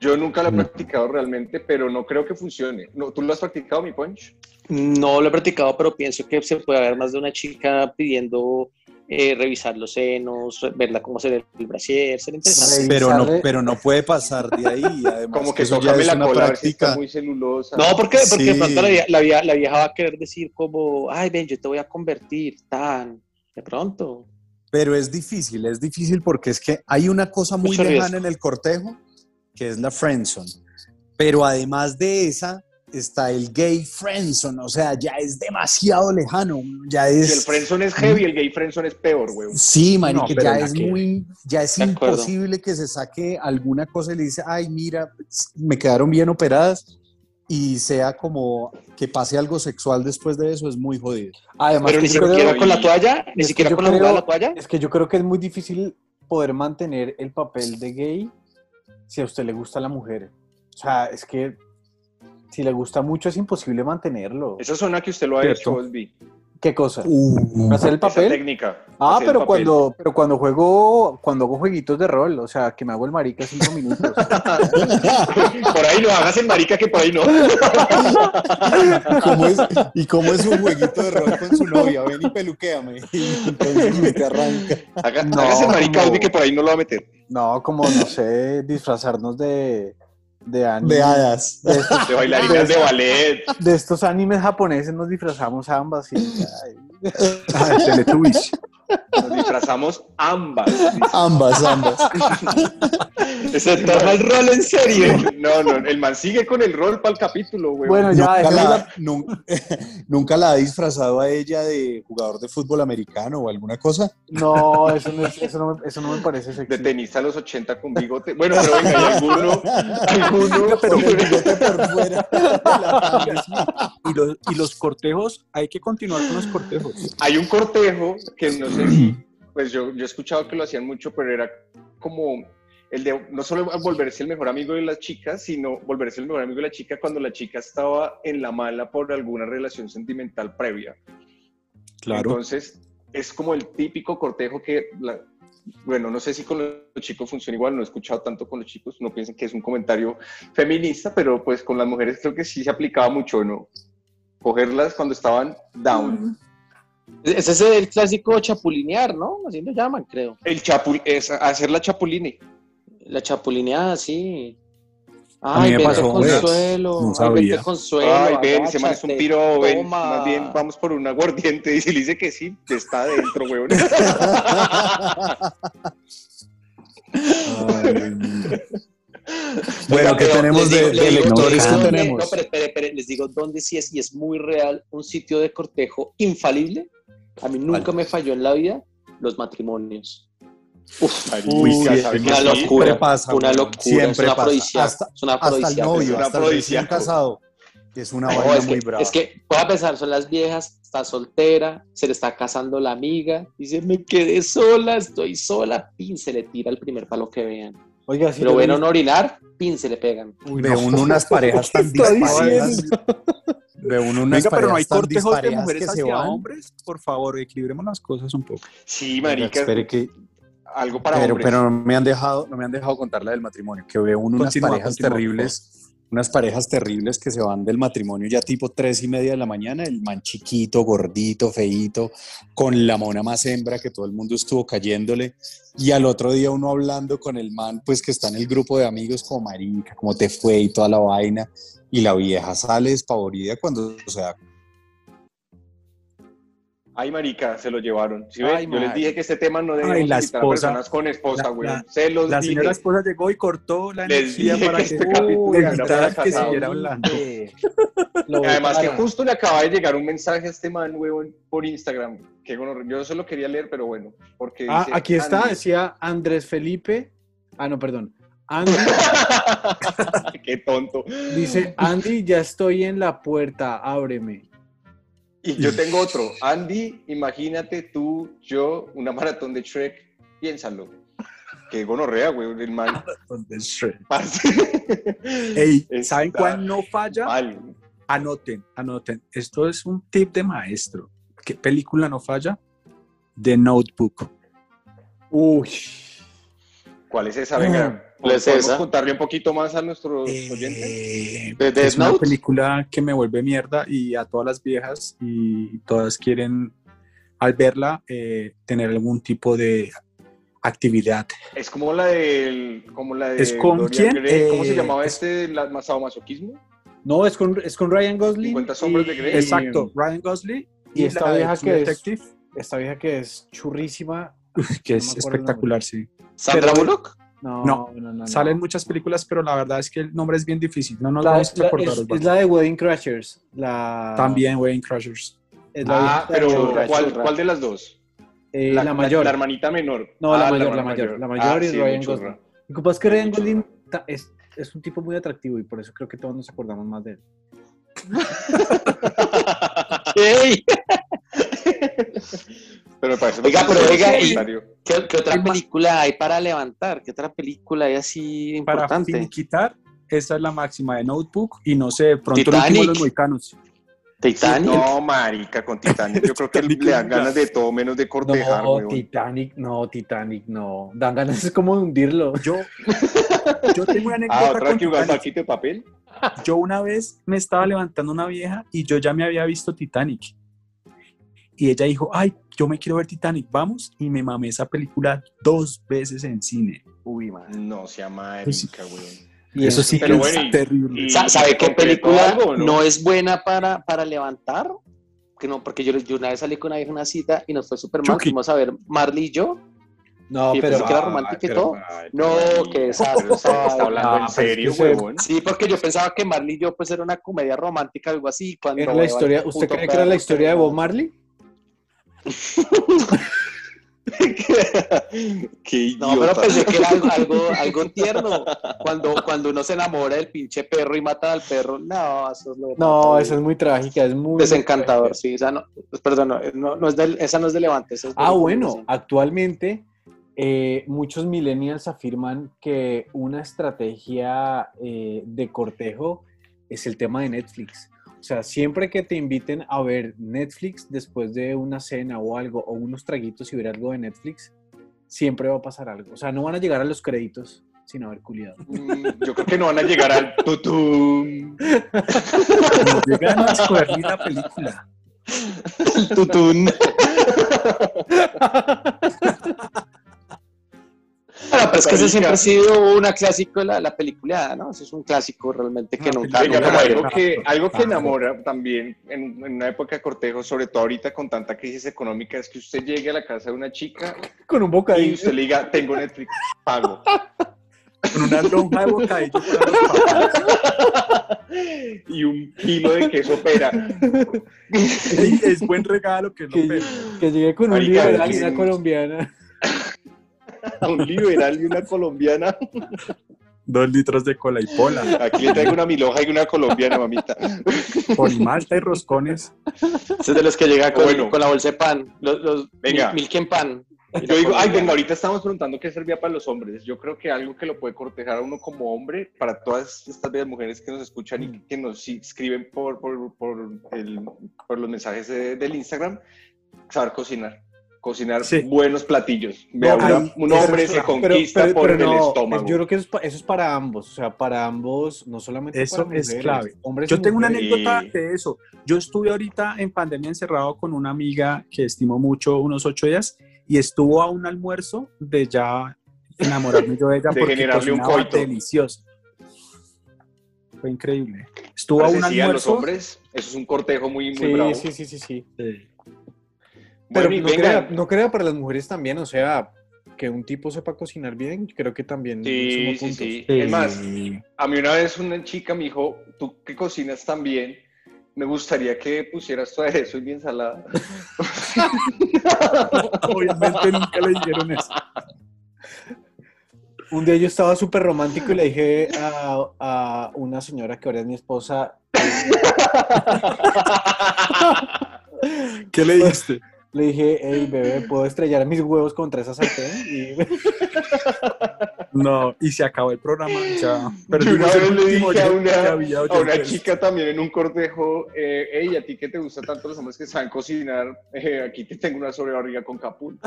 S5: Yo nunca lo he practicado realmente, pero no creo que funcione. No, ¿Tú lo has practicado, mi punch?
S6: No lo he practicado, pero pienso que se puede haber más de una chica pidiendo eh, revisar los senos, verla cómo se le el brasier, ser interesante.
S10: Revisarle-
S3: Pero no, pero no puede pasar de ahí. Además,
S5: Como
S3: que
S5: que
S3: eso ya
S5: tócame
S3: es
S5: la
S3: una
S5: cola, a ver si está
S3: práctica.
S5: muy celulosa.
S6: No, porque, porque de
S3: Sí.
S6: pronto la, vie- la, vie- la vieja va a querer decir como, ay, ven, yo te voy a convertir, tan, de pronto.
S3: Pero es difícil, es difícil porque es que hay una cosa muy
S6: Mucho
S3: lejana
S6: riesgo.
S3: en el cortejo, que es la friendzone. Pero además de esa, está el gay friendzone. O sea, ya es demasiado lejano. Ya
S5: Si el
S3: es...
S5: friendzone es heavy, el gay friendzone es peor, güey.
S3: Sí, marica,
S10: No, pero
S3: ya
S10: nada
S3: es
S10: que ver.
S3: muy, ya es
S6: De acuerdo.
S3: imposible que se saque alguna cosa y le dice, ay, mira, me quedaron bien operadas y sea como que pase algo sexual después de eso es muy jodido.
S10: Además,
S6: Pero
S10: que
S6: ni
S10: yo creo-
S6: siquiera con la toalla, ni
S10: es que
S6: siquiera
S10: yo
S6: con la jugada de
S10: creo-
S6: la toalla.
S10: es que yo creo que es muy difícil poder mantener el papel de gay si a usted le gusta la mujer. O sea, es que si le gusta mucho es imposible mantenerlo.
S5: Esa zona que usted lo ha
S9: Cierto.
S5: hecho, Osby.
S10: ¿Qué cosa?
S3: Uh,
S10: ¿Hacer el
S5: Esa
S10: papel?
S5: técnica.
S10: Ah,
S5: hacer el
S10: pero
S5: papel.
S10: cuando, pero cuando juego, cuando hago jueguitos de rol, o sea, que me hago el marica cinco minutos.
S5: por ahí no, hagas el marica que por ahí no.
S3: ¿Cómo es, ¿Y cómo es un jueguito de rol con su novia? Ven y peluquéame. Y entonces te arranca.
S5: Haga-
S10: No,
S5: hágase el marica,
S10: como-
S5: Osby, que por ahí no lo va a meter.
S10: No, como, no sé, disfrazarnos de, de anime.
S3: De hadas.
S10: De estos,
S5: De bailarinas de ballet.
S10: de estos animes japoneses nos disfrazamos ambas. y- ay.
S9: Ah, el Teletubbies.
S5: Nos disfrazamos ambas.
S3: Ambas, ambas.
S6: Se toma el rol en serio.
S5: No, no, el man sigue con el rol para el capítulo, güey.
S10: Bueno, ya,
S3: nunca,
S10: dejemos la-
S3: la, nun- nunca la ha disfrazado a ella de jugador de fútbol americano o alguna cosa.
S10: no, eso no, es- eso no me, eso no me parece
S5: de
S10: sexy.
S5: tenista a los 80 con bigote. Bueno, pero venga, ¿hay alguno? ¿Alguno?
S3: Pero el bigote por fuera de la camisa.
S9: Y los, y los cortejos, hay que continuar con los cortejos.
S5: Hay un cortejo que no sé si, pues yo, yo he escuchado que lo hacían mucho, pero era como el de no solo volverse el mejor amigo de la chica, sino volverse el mejor amigo de la chica cuando la chica estaba en la mala por alguna relación sentimental previa.
S9: Claro.
S5: Entonces, es como el típico cortejo que, la- bueno, no sé si con los chicos funciona igual, no he escuchado tanto con los chicos, no piensen que es un comentario feminista, pero pues con las mujeres creo que sí se aplicaba mucho, ¿no? Cogerlas cuando estaban down.
S6: Ese es el clásico chapulinear, ¿no? Así lo llaman, creo.
S5: El chapul, es hacer la chapuline.
S6: La chapulineada, sí.
S9: mí
S6: Ay,
S9: me
S6: vente
S9: pasó una vez.
S6: consuelo.
S9: No
S6: ay,
S9: sabía.
S6: vente consuelo.
S5: Ay, ven, ese man es un
S6: agáchate,
S5: piro, ven,
S6: toma.
S5: más bien vamos por un aguardiente. Y si le dice que sí, está adentro, weón.
S3: Ay, mira. bueno, ¿qué
S6: Pero
S3: tenemos
S6: Pues les
S3: de, de
S6: digo- les digo
S3: lectores? ¿Qué
S6: dónde- No,
S3: tenemos?
S6: pero, pero, pero, les digo dónde sí es, y es muy real, un sitio de cortejo infalible. A mí nunca me falló en la vida los matrimonios.
S3: Uy, sí,
S5: Ya sabe
S3: es
S5: que
S6: una
S5: sí.
S6: locura.
S3: Siempre pasa,
S6: una
S3: weón.
S6: locura,
S3: Siempre
S6: es una
S3: pasa.
S6: afrodisíaco,
S3: Hasta-
S6: es una
S3: Hasta el
S6: afrodisíaco.
S3: novio,
S5: una
S3: hasta el recién
S5: afrodisíaco.
S3: casado. Es una
S6: No,
S3: vaina
S6: es,
S3: muy
S6: que,
S3: brava.
S6: es que, voy a pensar, son las viejas, está soltera, se le está casando la amiga, dice, me quedé sola, estoy sola, pin, se le tira el primer palo que vean.
S10: Oiga, si
S6: Pero bueno, no orinar, pin, se le pegan.
S3: Ve uno unas parejas tan
S11: está
S3: disparejas. Ve uno unas
S9: Venga, pero no hay
S3: parejas tan
S9: cortejos de
S3: disparejas
S9: mujeres
S3: que se
S9: hacia
S3: van.
S9: hombres. Por favor, equilibremos las cosas un poco.
S5: Sí,
S3: Venga,
S5: marica,
S3: espere que-
S5: algo para
S3: pero,
S5: hombres.
S3: pero no me han dejado, no me han dejado contar la del matrimonio, que ve uno unas
S9: Continúa,
S3: parejas
S9: continúa,
S3: terribles, unas parejas terribles que se van del matrimonio ya tipo tres y media de la mañana, el man chiquito, gordito, feíto, con la mona más hembra que todo el mundo estuvo cayéndole, y al otro día uno hablando con el man, pues que está en el grupo de amigos como marica, como te fue y toda la vaina, y la vieja sale despavorida cuando se da
S5: Ay, marica, se lo llevaron. ¿Sí
S9: Ay,
S5: ven? Yo les
S9: marica.
S5: dije que este tema no debemos
S9: Ay, la
S5: invitar a
S9: esposa.
S5: personas con esposa,
S9: La-
S5: güey.
S9: la-
S5: Se los
S9: La
S5: dije.
S9: señora esposa llegó y cortó la
S5: Pues Les
S9: energía
S5: dije
S9: para
S5: que
S9: que,
S5: este capítulo
S9: Uy,
S5: era
S9: evitaran
S5: para
S9: que
S5: casados.
S9: siguiera hablando.
S5: Y Además que justo le acaba de llegar un mensaje a este man, huevón, por Instagram. Que gonorrea. yo solo quería leer, pero bueno, porque
S10: Ah,
S5: dice,
S10: aquí está,
S5: "Andy".
S10: decía Andrés Felipe. Ah, no, perdón. Andy
S5: Qué tonto.
S10: dice, Andy, ya estoy en la puerta, ábreme.
S5: Y yo tengo otro. Andy, imagínate tú, yo, una maratón de Shrek. Piénsalo. Qué gonorrea, güey, el man. parce.
S9: Ey,
S5: Está
S9: ¿saben cuál no falla?
S5: mal.
S9: Anoten, anoten. Esto es un tip de maestro. ¿Qué película no falla? The Notebook.
S10: Uy,
S5: ¿Cuál es esa?
S9: Ah.
S5: Venga,
S6: ¿Cuál es
S5: ¿podemos
S6: esa?
S5: contarle un poquito más a nuestros oyentes?
S9: Eh,
S6: ¿De Death
S9: es una
S6: Note?
S9: película que me vuelve mierda y a todas las viejas y todas quieren, al verla, eh, tener algún tipo de actividad.
S5: Es como la del... Como la de
S9: ¿Es con
S5: Dorian
S9: quién?
S5: Gray. ¿Cómo se
S9: Eh,
S5: llamaba este? La, ¿Masadomasoquismo?
S10: no, es con, es con Ryan Gosling.
S5: 50
S10: y-
S5: sombras de Grey.
S9: Exacto, Ryan Gosling
S10: Eh, y esta
S9: la de
S10: vieja
S9: True
S10: que es-
S9: Detective,
S10: Esta vieja que es churrísima.
S9: que
S10: no
S9: es
S10: me acuerdo el
S9: espectacular, sí.
S6: ¿Sandra
S9: Pero-
S6: Bullock?
S10: No, no,
S9: No,
S10: no. no.
S9: Salen muchas películas, pero la verdad es que el nombre es bien difícil. No nos
S10: La-
S9: vamos a
S10: la-
S9: acordar.
S10: es,
S9: Osvaldo.
S10: es la de Wedding Crashers. La,
S9: También Wayne Crushers.
S10: es la
S5: Ah,
S10: vieja-
S5: pero
S10: churra,
S5: ¿cuál,
S10: churra.
S5: cuál de las dos?
S10: Eh, la, mayor.
S5: La, hermanita menor.
S10: No,
S6: Ah,
S10: la mayor,
S5: hermana
S10: la mayor, la mayor y
S5: muy
S10: Ryan
S5: churra.
S10: Gosling. Lo que pasa es que Ryan
S5: Mucho.
S10: Gosling ta- es, es un tipo muy atractivo y por eso creo que todos nos acordamos más de él.
S6: ¡Ey!
S5: Pero me parece
S6: Oiga,
S5: muy
S6: pero
S5: bueno
S6: oiga,
S5: ese
S6: y-
S5: comentario.
S6: ¿Qué, qué otra
S9: El ma-
S6: película hay para levantar? ¿Qué otra película hay así
S9: Para
S6: importante?
S9: finiquitar, esa es la máxima de Notebook y no sé, de pronto el
S6: Titanic.
S9: último de los moicanos.
S6: ¿Titanic?
S5: No, marica, con Titanic. Yo creo que
S9: Titanic
S5: le dan
S9: nunca.
S5: ganas de todo menos de cortejar,
S10: no,
S5: weón.
S10: Titanic, no, Titanic, no. Dan ganas es como de hundirlo.
S9: Yo, yo tengo una
S5: Ah,
S9: anécdota
S5: otra
S9: con
S5: que un
S9: Titanic.
S5: saquito de papel.
S9: Yo una vez me estaba levantando una vieja y yo ya me había visto Titanic. Y ella dijo, ay, yo me quiero ver Titanic, vamos. Y me mamé esa película dos veces en cine.
S6: Uy, man.
S5: No, sea
S10: Pues
S5: marica, weón.
S10: Y
S9: Eso sí que
S5: Pero
S9: es
S5: bueno, y-
S9: terrible.
S5: y-
S6: Sa- ¿Sabe qué
S5: ¿Concretó
S6: película
S5: algo o no?
S6: no? es buena para, para levantar? Que no, porque yo, yo una vez salí con una vieja en una cita y nos fue súper mal.
S9: Chucky.
S6: Fuimos a ver Marley y yo.
S10: No,
S5: pues
S6: y
S10: pero.
S6: pensé que era romántica y todo. No,
S5: marica,
S6: que esa-
S5: ah, pero está está hablando
S10: Ah,
S5: en
S10: pues es
S5: serio,
S10: que se-
S5: weón.
S6: Sí, porque yo pensaba que Marley y yo pues era una comedia romántica, algo así. Cuando
S10: Era la historia, ¿Usted cree que era la historia de Bob Marley?
S5: Qué
S6: No,
S5: idiota.
S6: pero pues, pensé que era algo, algo, algo tierno. Cuando, cuando uno se enamora del pinche perro y mata al perro. No, eso es lo
S10: No, esa es muy trágica, es muy.
S6: Desencantador, sí. Esa no, pues, perdón, no, no, no es del- esa no es de Levante. esa es de
S10: Ah,
S6: Levante,
S10: bueno,
S6: sí.
S10: actualmente eh, muchos millennials afirman que una estrategia eh, de cortejo es el tema de Netflix. O sea, siempre que te inviten a ver Netflix después de una cena o algo, o unos traguitos y ver algo de Netflix, siempre va a pasar algo. O sea, no van a llegar a los créditos sin haber culiado.
S5: Mm, Yo creo que no van a llegar al tutum.
S9: Nos llegan a escuerrir la película.
S6: Bueno, Ah, pero es que ese
S5: Marica.
S6: siempre ha sido una clásico la, la peliculeada, ¿no? Eso es un clásico realmente que
S9: Una película.
S6: nunca,
S5: Ah, Venga,
S6: nunca
S5: pero
S9: claro,
S5: algo
S9: claro,
S5: que, algo que
S9: claro.
S5: enamora también en, en una época de cortejo, sobre todo ahorita con tanta crisis económica, es que usted llegue a la casa de una chica
S10: Con un
S5: y
S10: bocadillo.
S5: usted le diga, tengo Netflix, pago.
S9: Con una lonja de bocadillo para los papás.
S5: y un kilo de queso pera.
S9: Ey, es buen regalo que es
S10: Que,
S9: lo peor.
S10: que llegue con un
S5: Marica,
S10: liberal y
S5: que-
S10: una colombiana.
S5: A un liberal y una colombiana.
S9: Dos litros de cola y pola,
S5: Aquí le traigo una miloja y una colombiana, mamita.
S9: polimalta y roscones.
S7: Ese es de los que llega con,
S5: Bueno.
S7: con la bolsa de pan. Los, los
S5: Venga.
S7: mil- Milken pan.
S5: Yo digo, ay, venga, ahorita estamos preguntando qué servía para los hombres. Yo creo que algo que lo puede cortejar a uno como hombre, para todas estas bellas mujeres que nos escuchan y que nos sí- escriben por, por, por el- por los mensajes de- del Instagram, saber cocinar. Cocinar
S9: Sí.
S5: buenos platillos. Vea,
S9: No,
S5: una-
S9: ay,
S5: un
S9: pero-
S5: hombre se conquista por el
S10: no,
S5: estómago.
S10: Yo creo que eso es, pa- eso es para ambos, o sea, para ambos, no solamente
S9: Eso
S10: para
S9: es
S10: mujeres,
S9: clave.
S10: hombres
S5: Pues
S10: y
S9: Yo tengo una
S10: mujeres.
S9: anécdota de eso. Yo estuve ahorita en pandemia encerrado con una amiga que estimo mucho, unos ocho días, y estuvo a un almuerzo de ya enamorarme yo de ella
S5: De
S9: porque
S5: generarle un
S9: cocinaba
S5: coito.
S9: delicioso. Fue increíble. Estuvo
S5: Pero
S9: a
S5: se
S9: un
S5: sigue a los
S9: almuerzo.
S5: hombres, eso es un cortejo muy, muy
S10: Sí,
S5: bravo.
S10: sí, sí, sí, sí.
S9: eh,
S10: Pero
S5: Bueno, y
S10: no,
S5: venga,
S10: crea, no crea para las mujeres también, o sea, que un tipo sepa cocinar bien, creo que también
S5: Sí,
S10: suma
S5: sí,
S10: puntos.
S5: sí.
S9: Sí.
S5: Es más, a mí una vez una chica me dijo, tú que cocinas tan bien, me gustaría que pusieras tu aderezo en mi ensalada.
S9: Obviamente nunca le dijeron eso.
S10: Un día yo estaba súper romántico y le dije a, a una señora que ahora es mi esposa,
S9: ¿Qué le dijiste?
S10: le dije, hey bebé, ¿puedo estrellar mis huevos contra esa sartén? Y
S9: No, y se acabó el programa. Ya. Pero
S5: Yo una vez le dije a
S9: que
S5: una,
S9: había
S5: a una
S9: oyentes.
S5: chica también en un cortejo, eh, hey, a ti que te gusta tanto los hombres que saben cocinar, Eh, aquí te tengo una sobrebarriga con capul.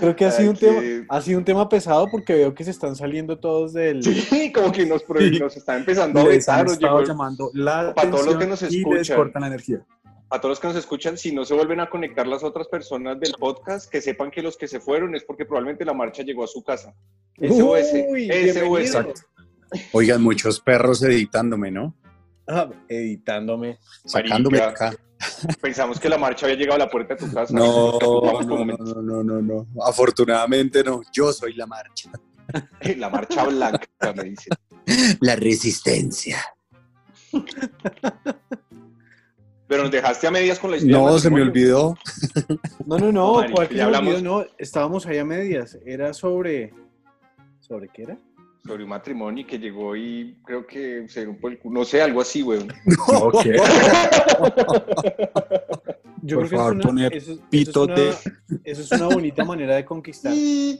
S10: creo que ha sido, un
S5: Ay,
S10: tema,
S5: qué-
S10: ha sido un tema pesado porque veo que se están saliendo todos del...
S5: Sí, como que nos, pro-
S9: Sí.
S5: nos está empezando a pues,
S9: Les
S5: vetar.
S9: han
S5: nos
S9: estado
S5: llegó-
S9: llamando la
S5: Para todos los que
S9: atención
S5: nos
S9: y les
S5: escuchan.
S9: cortan la energía.
S5: a todos los que nos escuchan, si no se vuelven a conectar las otras personas del podcast, que sepan que los que se fueron es porque probablemente la marcha llegó a su casa. SOS,
S10: Uy,
S5: SOS.
S10: bienvenido.
S3: Oigan, muchos perros editándome, ¿no?
S10: Ah, editándome.
S3: Sacándome de
S5: Marica.
S3: acá.
S5: Pensamos que la marcha había llegado a la puerta de tu casa.
S3: No, no,
S5: Vamos
S3: no,
S5: como-
S3: no, no, no, no. Afortunadamente no. Yo soy la marcha.
S5: La marcha blanca, me dice.
S3: La resistencia.
S5: Pero nos dejaste a medias con la historia.
S3: No,
S5: del
S3: se me
S5: matrimonio.
S3: olvidó.
S10: No, no, no,
S5: Marica,
S10: ¿cuál que
S5: ya
S10: se me olvidó?
S5: hablamos.
S10: No, estábamos ahí a medias. Era sobre... ¿Sobre qué era?
S5: Sobre un matrimonio que llegó y creo que se dio un poco el culo. No sé, algo así, güey.
S9: Ok.
S10: Yo
S9: Por
S10: creo que es
S9: favor,
S10: una-
S9: poner
S10: eso, es- eso
S9: pito
S10: es una, eso es una bonita manera de conquistar. Pues,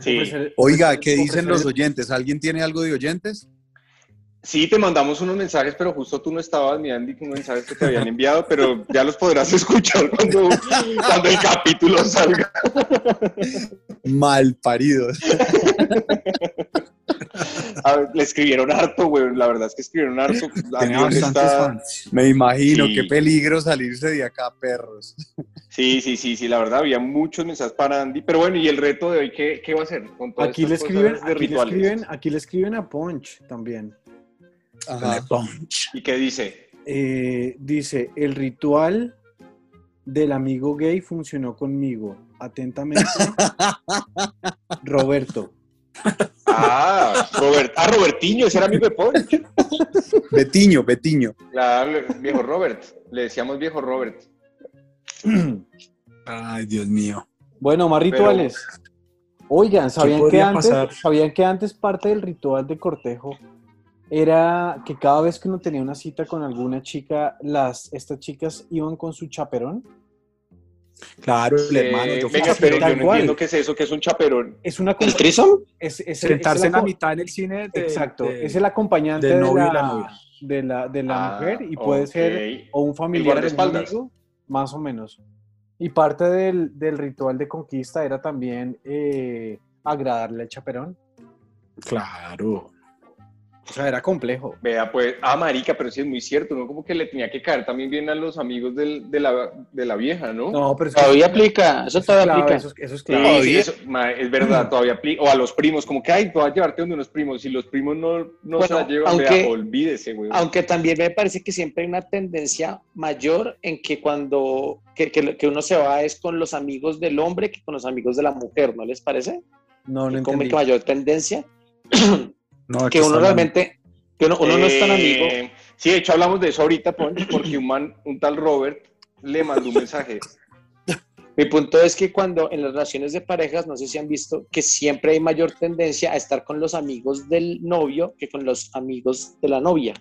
S5: Sí.
S10: Ofrecer-
S3: Oiga,
S10: ofrecer-
S3: ¿qué dicen los
S10: ofrecer-
S3: oyentes? ¿Alguien tiene algo de oyentes?
S5: sí, te mandamos unos mensajes, pero justo tú no estabas, mi Andy, con mensajes que te habían enviado, pero ya los podrás escuchar cuando, cuando el capítulo salga.
S3: Mal paridos.
S5: A ver, le escribieron harto, güey. La verdad es que escribieron harto.
S9: Tiene
S5: Adiós,
S9: bastantes
S5: está-
S9: fans.
S3: Me imagino,
S5: Sí.
S3: qué peligro salirse de acá, perros.
S5: Sí, sí, sí, sí, la verdad, había muchos mensajes para Andy. Pero bueno, y el reto de hoy, ¿qué, qué va a hacer? Con todas
S10: Aquí le,
S5: estas
S10: escriben,
S5: cosas de
S10: aquí, le
S5: rituales.
S10: escriben, aquí le escriben a Punch también.
S3: Ajá.
S5: ¿Y qué dice?
S10: Eh, dice, el ritual del amigo gay funcionó conmigo. Atentamente, Roberto.
S5: Ah, Robert, ah, Robertiño, ese era amigo de Paul.
S3: Betiño, Betiño.
S5: Claro, el viejo Robert. Le decíamos viejo Robert.
S9: Ay, Dios mío.
S10: Bueno, más
S5: Pero-
S10: rituales. Oigan, ¿sabían que,
S9: podría
S10: antes,
S9: pasar?
S10: ¿sabían que antes parte del ritual de cortejo era que cada vez que uno tenía una cita con alguna chica, las, estas chicas iban con su chaperón?
S9: Claro, el hermano.
S5: Eh,
S9: Yo fui
S5: venga, pero yo
S10: chaperón.
S5: no
S10: Igual.
S5: entiendo qué es eso, qué es un chaperón.
S10: Es una
S6: ¿El trisom?
S10: es, es- es
S9: sentarse en
S10: el
S9: la
S10: aco-
S9: mitad en el cine. de-
S10: Exacto,
S9: de-
S10: es el acompañante
S9: del
S10: de
S9: novio y la
S10: la,
S9: novia.
S10: de la, de la
S5: Ah,
S10: mujer y puede
S5: ok.
S10: ser o un familiar
S5: El
S10: de un
S5: guardaespaldas.
S10: amigo, más o menos. Y parte del, del ritual de conquista era también eh, agradarle al chaperón.
S9: Claro.
S10: O sea, era complejo.
S5: Vea, pues, ah, marica, pero sí es muy cierto, ¿no? Como que le tenía que caer también bien a los amigos del- de, la, de la vieja, ¿no?
S10: No, pero es que-
S6: Todavía aplica, eso
S10: Eso es
S6: todavía
S10: clave,
S6: aplica.
S10: Eso, es- eso es
S5: Sí,
S10: clave.
S5: sí, eso, ma, es verdad, todavía aplica. O a los primos, como que, ay, tú vas a llevarte donde unos primos. Si los primos no, no se
S6: Bueno,
S5: la llevan,
S6: aunque-
S5: vea, olvídese, güey.
S6: Aunque también me parece que siempre hay una tendencia mayor en que cuando que, que- que uno se va es con los amigos del hombre que con los amigos de la mujer, ¿no les parece?
S10: No, no
S6: Como
S10: entendí.
S6: que mayor tendencia
S9: No,
S6: que uno realmente que uno, uno no es tan amigo.
S5: Eh, Sí, de hecho hablamos de eso ahorita, Poncho, porque un man, un tal Robert, le mandó un mensaje.
S6: Mi punto es que cuando en las relaciones de parejas, no sé si han visto, que siempre hay mayor tendencia a estar con los amigos del novio que con los amigos de la novia.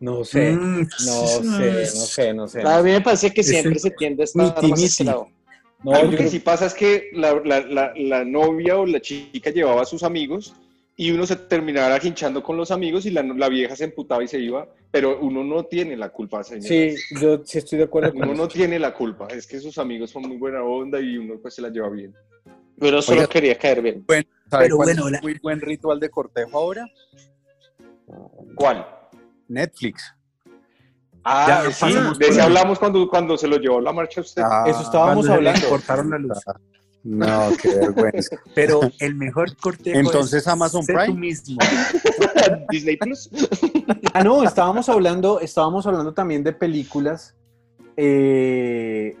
S2: No sé,
S9: Mm,
S2: no sé, no sé, no sé.
S6: A mí me parece que
S9: Ese
S6: siempre se tiende a estar
S9: miti,
S6: más
S9: miti.
S6: aislado.
S2: No,
S5: Algo
S2: yo
S5: que
S2: creo-
S5: sí pasa es que la, la- la- la novia o la chica llevaba a sus amigos y uno se terminaba hinchando con los amigos y la, la vieja se emputaba y se iba, pero uno no tiene la culpa, señor.
S2: sí, yo sí estoy de acuerdo con
S5: Uno no
S2: eso.
S5: tiene la culpa, es que sus amigos son muy buena onda y uno pues se la lleva bien.
S6: Pero solo
S9: Oiga.
S6: quería caer bien.
S9: ¿Sabe
S4: Pero
S9: cuál es
S4: bueno,
S9: un
S4: la-
S9: muy buen ritual de cortejo ahora?
S5: ¿Cuál?
S9: Netflix.
S5: Ah,
S9: Ya,
S5: sí,
S9: pasemos por
S5: de ese
S9: ahí. Ah.
S5: hablamos cuando, cuando se lo llevó la marcha a usted.
S2: Eso estábamos
S9: Cuando le
S2: hablando.
S9: Cortaron la luz.
S3: Ah. No, qué vergüenza.
S9: Pero el mejor cortejo
S3: Entonces,
S9: es
S3: Amazon
S9: sé tú
S3: Prime.
S9: mismo.
S5: Disney Plus.
S10: Ah, no, estábamos hablando, estábamos hablando también de películas eh,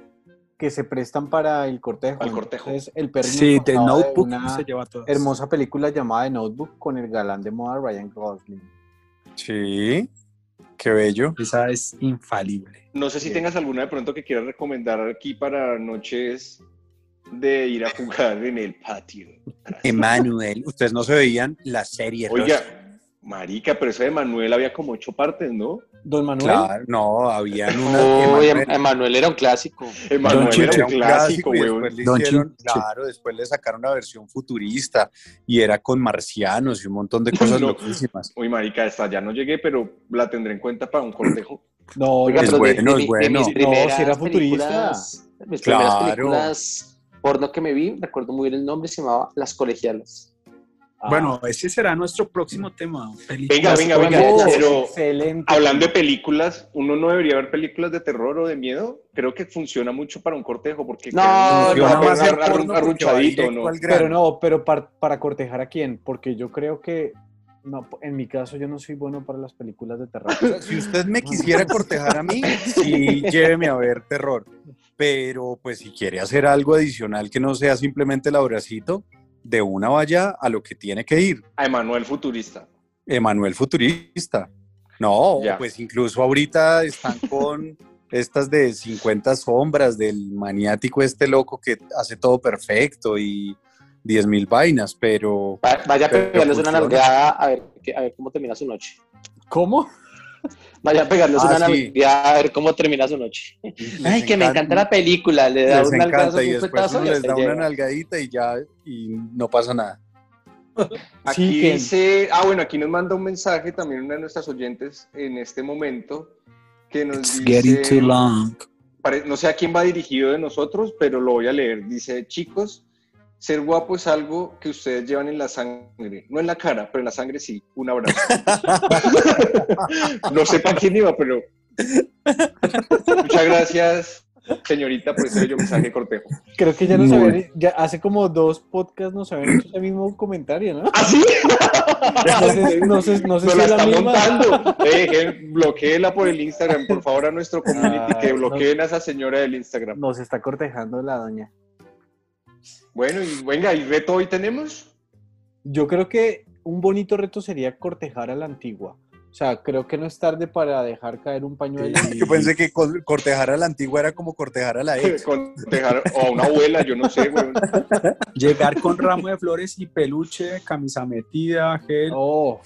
S10: que se prestan para el cortejo.
S5: Al cortejo.
S10: Entonces, el perro
S9: Sí, de
S10: disfrutaba de
S9: Notebook
S10: una
S9: se lleva todo.
S10: hermosa película llamada The Notebook con el galán de moda Ryan Gosling.
S3: Sí, qué bello.
S9: Esa es infalible.
S5: No sé si
S9: Bien.
S5: tengas alguna de pronto que quieras recomendar aquí para noches de ir a jugar en el patio.
S3: Emanuel, ustedes no se veían la serie. Rosa?
S5: Oiga, marica, pero eso de Manuel había como ocho partes, ¿no?
S10: Don Manuel.
S3: claro, Ah, no, habían una.
S6: Uy,
S3: Emanuel-
S6: Em-, Emanuel era un clásico.
S5: Emanuel
S9: Chicho
S5: era
S9: era
S5: un clásico,
S3: y
S5: weón.
S3: después le
S9: Don
S3: hicieron,
S9: Chicho.
S3: claro, después le sacaron una versión futurista y era con marcianos y un montón de cosas
S5: No.
S3: loquísimas.
S5: Uy, marica, esta ya no llegué, pero la tendré en cuenta para un cortejo.
S10: No,
S6: Oiga,
S10: oiga,
S3: Es
S6: pero de-
S3: bueno,
S6: de
S3: es
S6: mi- de
S3: bueno.
S6: mis
S3: No,
S6: primeras
S10: si era futurista.
S6: películas- de Mis primeras
S3: Claro.
S6: películas porno que me vi, recuerdo muy bien el nombre, se llamaba Las Colegialas.
S9: Bueno, ese será nuestro próximo tema.
S5: Venga,
S9: Películas.
S5: venga,
S6: oiga,
S5: venga.
S6: oh,
S5: Pero
S10: Ah, excelente.
S5: hablando de películas, ¿uno no debería ver películas de terror o de miedo? Creo que funciona mucho para un cortejo porque
S6: No,
S5: queda-
S6: no,
S5: queda
S6: no,
S5: más
S6: no,
S5: arru- arrunchadito, ¿no?
S10: Pero no, pero par- para cortejar a quién, porque yo creo que no, en mi caso yo no soy bueno para las películas de terror.
S3: Si usted me quisiera cortejar a mí, sí, lléveme a ver terror. Pero, pues, si quiere hacer algo adicional que no sea simplemente el abracito, de una vaya a lo que tiene que ir.
S5: A Emanuel futurista.
S3: Emanuel Futurista. No,
S5: Ya.
S3: pues incluso ahorita están con estas de 50 sombras del maniático este loco que hace todo perfecto y 10.000 mil vainas, pero
S6: Va- Vaya a
S3: Pero
S6: pegarles una
S3: funciona.
S6: nalgada a ver, qué- a ver cómo termina su noche.
S10: ¿Cómo?
S6: Vaya a pegarles
S3: Ah,
S6: una
S3: sí.
S6: nalgada a ver cómo termina su noche.
S3: les
S6: Ay, que me encanta la película. Le da
S3: les
S6: un nalgazo,
S3: encanta y
S6: un
S3: después
S6: petazo
S3: uno
S6: y
S3: les
S6: hasta
S3: da una
S6: llega.
S3: nalgadita y ya y no pasa nada.
S5: Aquí
S10: Sí, que-
S5: dice, ah, bueno, aquí nos manda un mensaje también una de nuestras oyentes en este momento que nos
S9: It's
S5: dice,
S9: getting too long.
S5: pare- no sé a quién va dirigido de nosotros, pero lo voy a leer. Dice, chicos, ser guapo es algo que ustedes llevan en la sangre, no en la cara, pero en la sangre sí. Un abrazo. no sé para quién iba, pero muchas gracias, señorita, por ese bello mensaje de cortejo.
S10: Creo que ya nos
S3: Muy-
S10: habían, ya hace como dos podcasts nos habían hecho ese mismo comentario, ¿no?
S5: ¿Así?
S10: No sé, Eh, no sé, no sé
S5: Me
S10: si
S5: la
S10: es la
S5: está
S10: misma.
S5: montando. Deje, bloquéela por el Instagram, por favor, a nuestro community,
S10: Ay,
S5: que
S10: Ah, no.
S5: bloqueen a esa señora del Instagram.
S10: Nos está cortejando la doña.
S5: Bueno, y venga, ¿y reto hoy tenemos?
S10: Yo creo que un bonito reto sería cortejar a la antigua. O sea, creo que no es tarde para dejar caer un pañuelo.
S9: Sí.
S3: Yo pensé que cor- cortejar a la antigua era como cortejar a la ex.
S5: Con dejar- o a una abuela, yo no sé, weón.
S9: Llegar con ramo de flores y peluche, camisa metida, gel,
S10: Oh,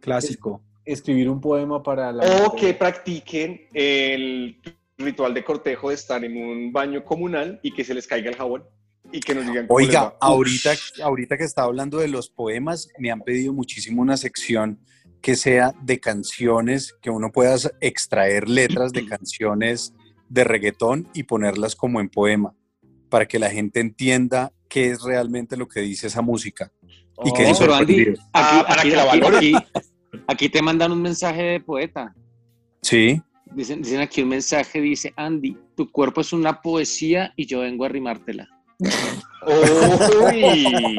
S9: clásico.
S10: escribir un poema para la.
S5: O que practiquen el ritual de cortejo de estar en un baño comunal y que se les caiga el jabón y que nos digan cómo les
S3: Oiga,
S5: va.
S3: ahorita, ahorita que está hablando de los poemas, me han pedido muchísimo una sección que sea de canciones, que uno pueda s- extraer letras de canciones de reggaetón y ponerlas como en poema, para que la gente entienda qué es realmente lo que dice esa música. Y que
S5: Oh,
S3: dice
S6: pero Andy, aquí,
S5: Ah, para
S6: aquí-
S5: que la
S6: aquí-
S5: valore.
S6: aquí- aquí te mandan un mensaje de poeta.
S3: Sí,
S6: Dicen, dicen aquí un mensaje, dice Andy, tu cuerpo es una poesía y yo vengo a rimártela.
S5: Uy.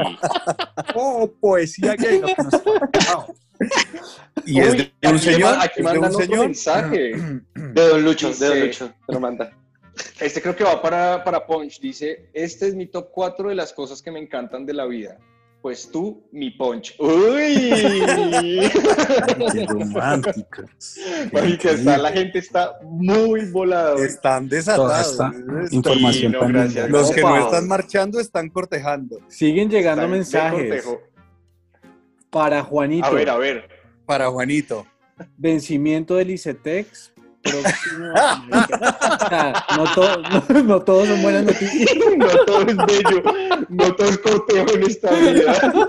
S9: Oh, poesía gay. lo que nos faltaba.
S3: y es de
S5: Uy,
S3: un
S5: aquí
S3: señor.
S5: ma- aquí
S3: es de
S5: mandan
S3: un
S5: otro
S3: señor.
S5: mensaje.
S6: De Don Lucho,
S5: Dice-
S6: de Don Lucho, te lo manda.
S5: Este creo que va para, para Punch. Dice, este es mi top 4 de las cosas que me encantan de la vida. pues tú, mi poncho. ¡Uy!
S4: Qué romántico.
S5: Marica, está, la gente está muy volada. güey.
S12: Están desatados.
S3: esta
S12: Están-
S3: información
S5: no,
S3: tan-
S5: gracias.
S12: Los que no
S5: Opa.
S12: están marchando están cortejando.
S10: Siguen llegando
S5: Está bien, de
S10: mensajes
S5: cortejo.
S10: para Juanito.
S5: A ver, a ver.
S12: Para Juanito.
S10: Vencimiento del ICETEX. Próximo. O sea, no, to- no- no todos son buenas noticias.
S5: No todo es bello, no todo es cortejo en esta vida.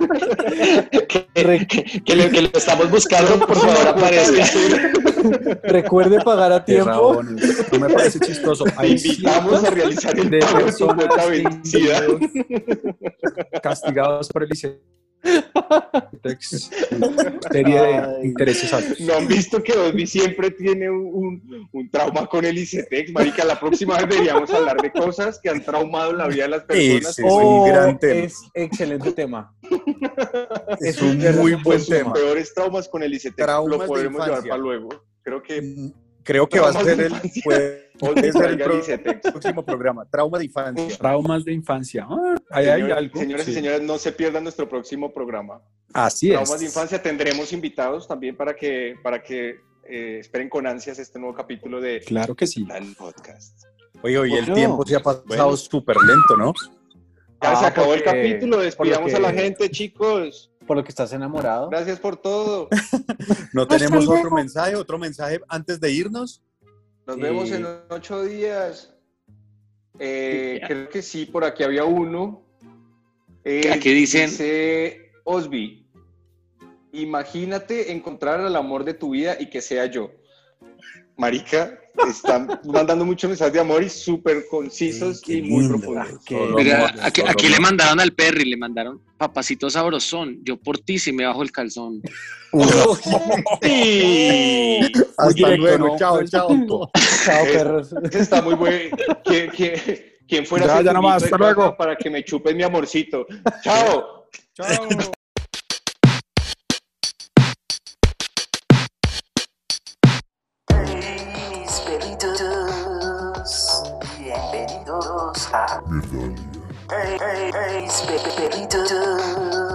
S12: Eh,
S10: Re-
S6: Que lo, que lo estamos buscando, por favor, aparezca.
S10: recuerde pagar a
S9: Qué
S10: tiempo.
S9: rabones. No me parece chistoso.
S5: Te
S9: Hay
S5: invitamos a realizar el
S9: de
S5: pago de tu
S9: personas
S5: cuota vencida.
S9: castigados por el ICETEX. Serie de intereses altos.
S5: No han visto que Osby siempre tiene un, un- un trauma con el ICETEX, marica. La próxima vez deberíamos hablar de cosas que han traumado la vida de las personas.
S12: Ese es un gran tema.
S2: Es excelente tema.
S12: Oh, Es un
S5: Esos
S12: muy buen
S5: son pues, sus
S12: tema.
S5: peores traumas con el ICETEX
S12: Traumas
S5: lo
S12: de
S5: podremos llevar
S12: infancia.
S5: para luego. Creo que
S12: em, Creo que va a
S5: Traumas
S12: ser
S5: de
S12: el,
S5: infancia.
S12: puede- puede
S5: Osby
S12: ser el
S5: traiga el ICETEX.
S12: pro- próximo programa. Trauma de infancia.
S9: Traumas de infancia. Ah, ahí hay
S5: Señor-
S9: algo.
S5: Señoras
S9: Sí.
S5: y señores, no se pierdan nuestro próximo programa.
S9: Así
S5: Traumas
S9: es.
S5: de infancia tendremos invitados también para que, para que eh, esperen con ansias este nuevo capítulo de
S9: Claro que sí.
S5: Plan Podcast.
S12: Oye, oye, el
S10: Bueno.
S12: tiempo se ha pasado
S5: Bueno.
S12: súper lento, ¿no?
S5: Ya se
S10: Ah,
S5: acabó el
S10: porque-
S5: capítulo, despidamos a la
S10: porque-
S5: gente, chicos.
S10: Por lo que estás enamorado.
S5: Gracias por todo.
S12: No tenemos otro mensaje, otro mensaje antes de irnos.
S5: Nos
S10: Sí.
S5: vemos en ocho días. Eh, creo que sí, por aquí había uno. Eh,
S6: Aquí dicen-
S5: Dice Osby, imagínate encontrar al amor de tu vida y que sea yo. Marica, están mandando muchos mensajes de amor y súper concisos
S12: Qué
S5: y muy
S12: lindo.
S5: profundos.
S10: qué-
S12: Solo
S6: Mira,
S12: amor,
S6: aquí,
S12: solo
S6: aquí le
S12: amor.
S6: mandaron al Perry, le mandaron papacito sabrosón. Yo por ti si me bajo el calzón.
S5: Ah, Sí.
S12: Hasta
S9: directo,
S12: luego,
S9: ¿no?
S12: chao, chao.
S10: Chao,
S5: Eh,
S10: perros.
S5: Ese está muy bueno. Quien, quien fuera
S9: Ya,
S5: ese
S9: ya nomás,
S5: juguito de
S9: hasta
S5: casa
S9: luego.
S5: para que me chupen mi amorcito. Chao. Chao.
S1: Mis perritos, bienvenidos a Mis perritos.